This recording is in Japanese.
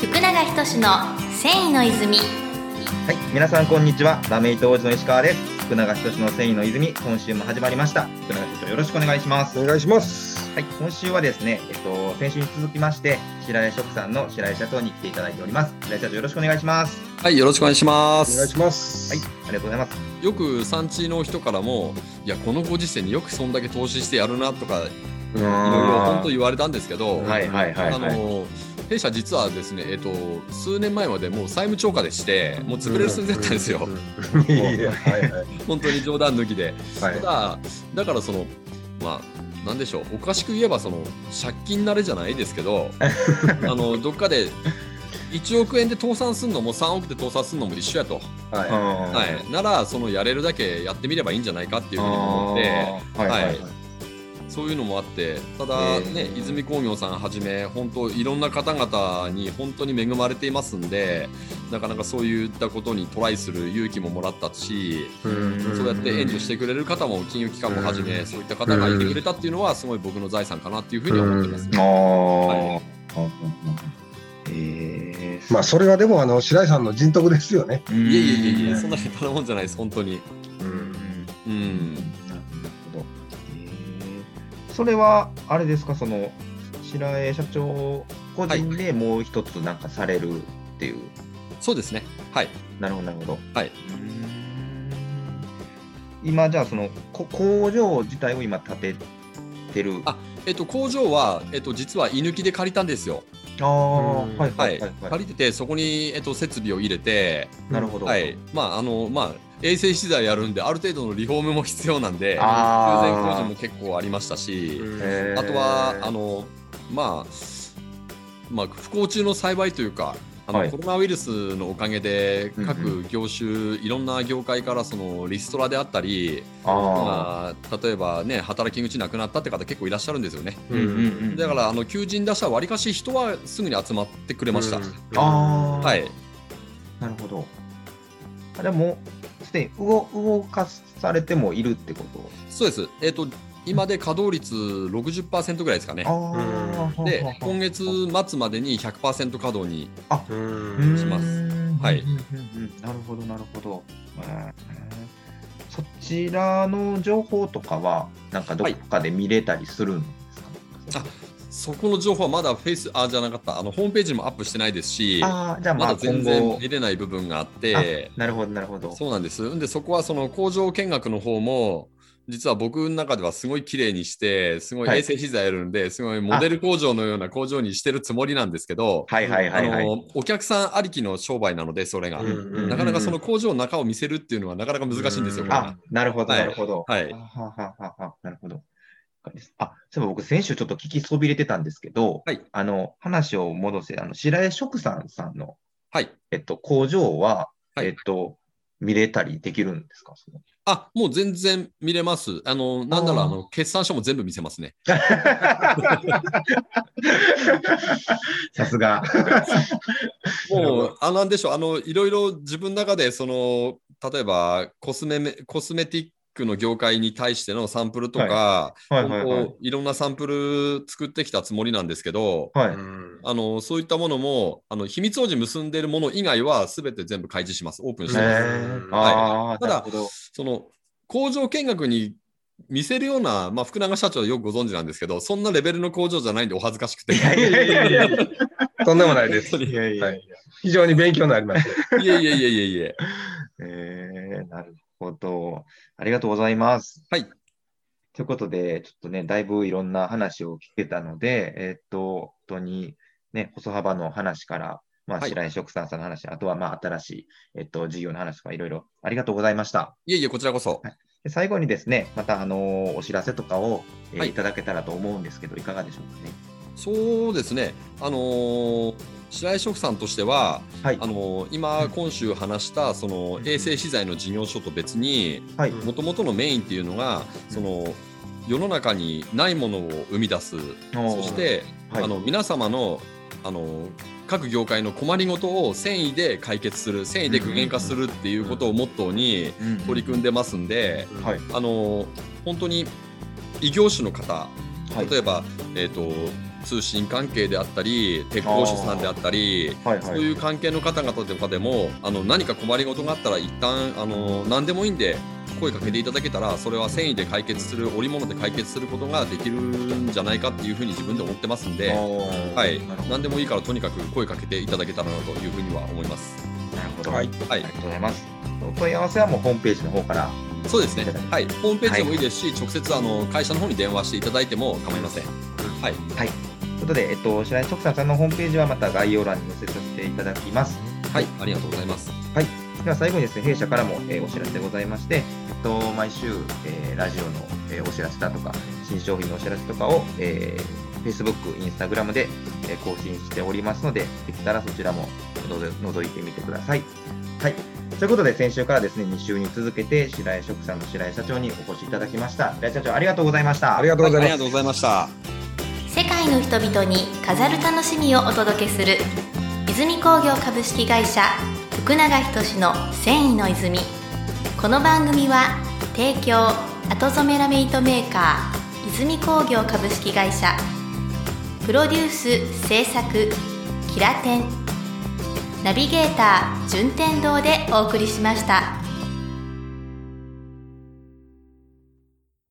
福永仁の繊維の泉はい、皆さんこんにちは。ラメイト王子の石川です。福永仁の繊維の泉、今週も始まりました。福永仁よろしくお願いします。お願いします。はい、今週はですね、えっと先週に続きまして白井食さんの白井社長に来ていただいております。白井社長よろしくお願いします。はい、よろしくお願いしまお願いすし。ます。はい、ありがとうございます。よく産地の人からも、いや、このご時世によくそんだけ投資してやるなとか、いいろいろ本当と言われたんですけど、はいはいはいあはい。の弊社実はですね、えっと、数年前までもう債務超過でして、もう潰れる寸前だったんですよ、いやいやはいはい本当に冗談抜きで。はいただ、だからその、まあ、なんでしょう、おかしく言えば、その借金慣れじゃないですけ ど、あのどっかで1億円で倒産するのも3億で倒産するのも一緒やと。はいははい、ならそのやれるだけやってみればいいんじゃないかっていうふうに思ってあーはいはいはいはそういうのもあってただね、えー泉工業さんはじめ本当いろんな方々に本当に恵まれていますんでなかなかそういったことにトライする勇気ももらったし、うんそうやって援助してくれる方も金融機関もはじめ、うんそういった方がいてくれたっていうのはすごい僕の財産かなっていうふうに思ってます、あーはい。えーまあそれはでもあの白井さんの人徳ですよね。うんいえいえいえいえそんな立派なもんじゃないです本当にうんううん、んなるほど。それは、あれですか、その、白江社長個人でもう一つなんかされるっていう。そうですねはいなるほど、なるほど。はいうーん。今、じゃあ、その、こ工場自体を今建ててる。あえっと工場は、えっと、実は居抜きで借りたんですよあーうんはいははいいはい、はい。借りてて、そこに、えっと、設備を入れて、なるほど。はいまああのまあ、衛生資材やるんで、ある程度のリフォームも必要なんで、修繕工あ事ーも結構ありましたし、へーあとはあの、まあまあ、不幸中の幸いというか、あのはいコロナウイルスのおかげでうんうん、各業種、いろんな業界からそのリストラであったり、あまあ、例えば、ね、働き口なくなったって方、結構いらっしゃるんですよね。ー。うんうんうんだからあの求人出したらわりかし人はすぐに集まってくれました。あーはい、なるほど。あでも、すでに動動かされてもいるってことそうです。えっ、と今で稼働率60%ぐらいですかね。ああ。で今月末までに100%稼働に。うんしますはいうんうんうんなるほど、なるほど。うんそちらの情報とかは、なんかどこかで見れたりするんですか、そこの情報はまだフェイスあじゃなかったあのホームページにもアップしてないですし、ああ、じゃあままあだ今全然後見。れない部分があって、なるほど、なるほど。そうなんです。んでそこはその工場見学の方も。実は僕の中ではすごい綺麗にして、すごいはい衛生資材やるんで、すごいモデル工場のような工場にしてるつもりなんですけど、はいはいはいはあい。のお客さんありきの商売なので、それが。うんなかなかその工場の中を見せるっていうのはなかなか難しいんですよ、うんこれがあ、なるほど、はいなるほど。はいあははははなるほど。わかりますあ、そういえば僕、先週ちょっと聞きそびれてたんですけど、はいあの、話を戻せ、あの、白江食産さんの、はい。えっと、工場は、はいえっと、見れたりできるんですかそのあ、もう全然見れます。あの、なんなあら、ーあの、決算書も全部見せますね。さす が。 なるほもどう、あ、なんでしょう、あの、いろいろ自分の中で、その、例えば、コスメめ、コスメティックの業界に対してのサンプルとか、はいはいはい本当いろんなサンプル作ってきたつもりなんですけど、はい。あの、そういったものも、あの、秘密王子結んでいるもの以外は、すべて全部開示します。オープンしへてます。ーはいあーたなだるほど。その工場見学に見せるような、まあ、福永社長はよくご存知なんですけど、そんなレベルの工場じゃないんでお恥ずかしくて。いやいやいやいやいとんでもないです。いやいやはい非常に勉強になりました。いやいやいやいやいや。えー、なるほど。ありがとうございます。はい。ということで、ちょっとね、だいぶいろんな話を聞けたので、えーっと、本当に、ね、細幅の話から、まあ、はい白井食産さんの話、あとは、まあ、新しい、えっと、事業の話とか、いろいろありがとうございました。いやいや、こちらこそ。で最後にですね、また、あのーお知らせとかを、えーはいい、ただけたらと思うんですけど、いかがでしょうかね。そうですね、あのー白井食さんとしては、はいあ。のー今、今週話した、その衛生資材の事業所と別に、はい。もともとのメインっていうのが、その、世の中にないものを生み出す、そして、はいあの皆様のあの各業界の困りごとを繊維で解決する繊維で具現化するっていうことをモットーにうん取り組んでますんではい。あの本当に異業種の方はい。例えば、えー、と通信関係であったり鉄工所さんであったりはいはいそういう関係の方々とかでもあの何か困りごとがあったら一旦あの何でもいいんで声かけていただけたらそれは繊維で解決する織物で解決することができるんじゃないかっていうふうに自分で思ってますんで、ははいなる、ほ何でもいいからとにかく声かけていただけたらなというふうには思います。どなるほど、はいはあいりがとうございますお問い合わせはもうホームページの方からそうですね、はい、ホームページでもいいですし、直接あの会社の方に電話していただいても構いません。はい、ということで、えっと、白井直さんのホームページはまた概要欄に載せさせていただきます。はい、ありがとうございます。では最後にですね、弊社からも、えーお知らせでございまして、えっと、毎週、えーラジオの、えーお知らせだとか、新商品のお知らせとかを、えー Facebook、Instagram で、えー更新しておりますので、できたらそちらものぞ覗いてみてください。はい。ということで、先週からですね、2週に続けて、白井食さんの白井社長にお越しいただきました。白井社長、ありがとうございました。ありがとうございます。ございました。世界の人々に飾る楽しみをお届けする泉工業株式会社福永仁の繊維の泉この番組は提供後染めラメイトメーカー泉工業株式会社プロデュース制作キラテンナビゲーター順天堂でお送りしました。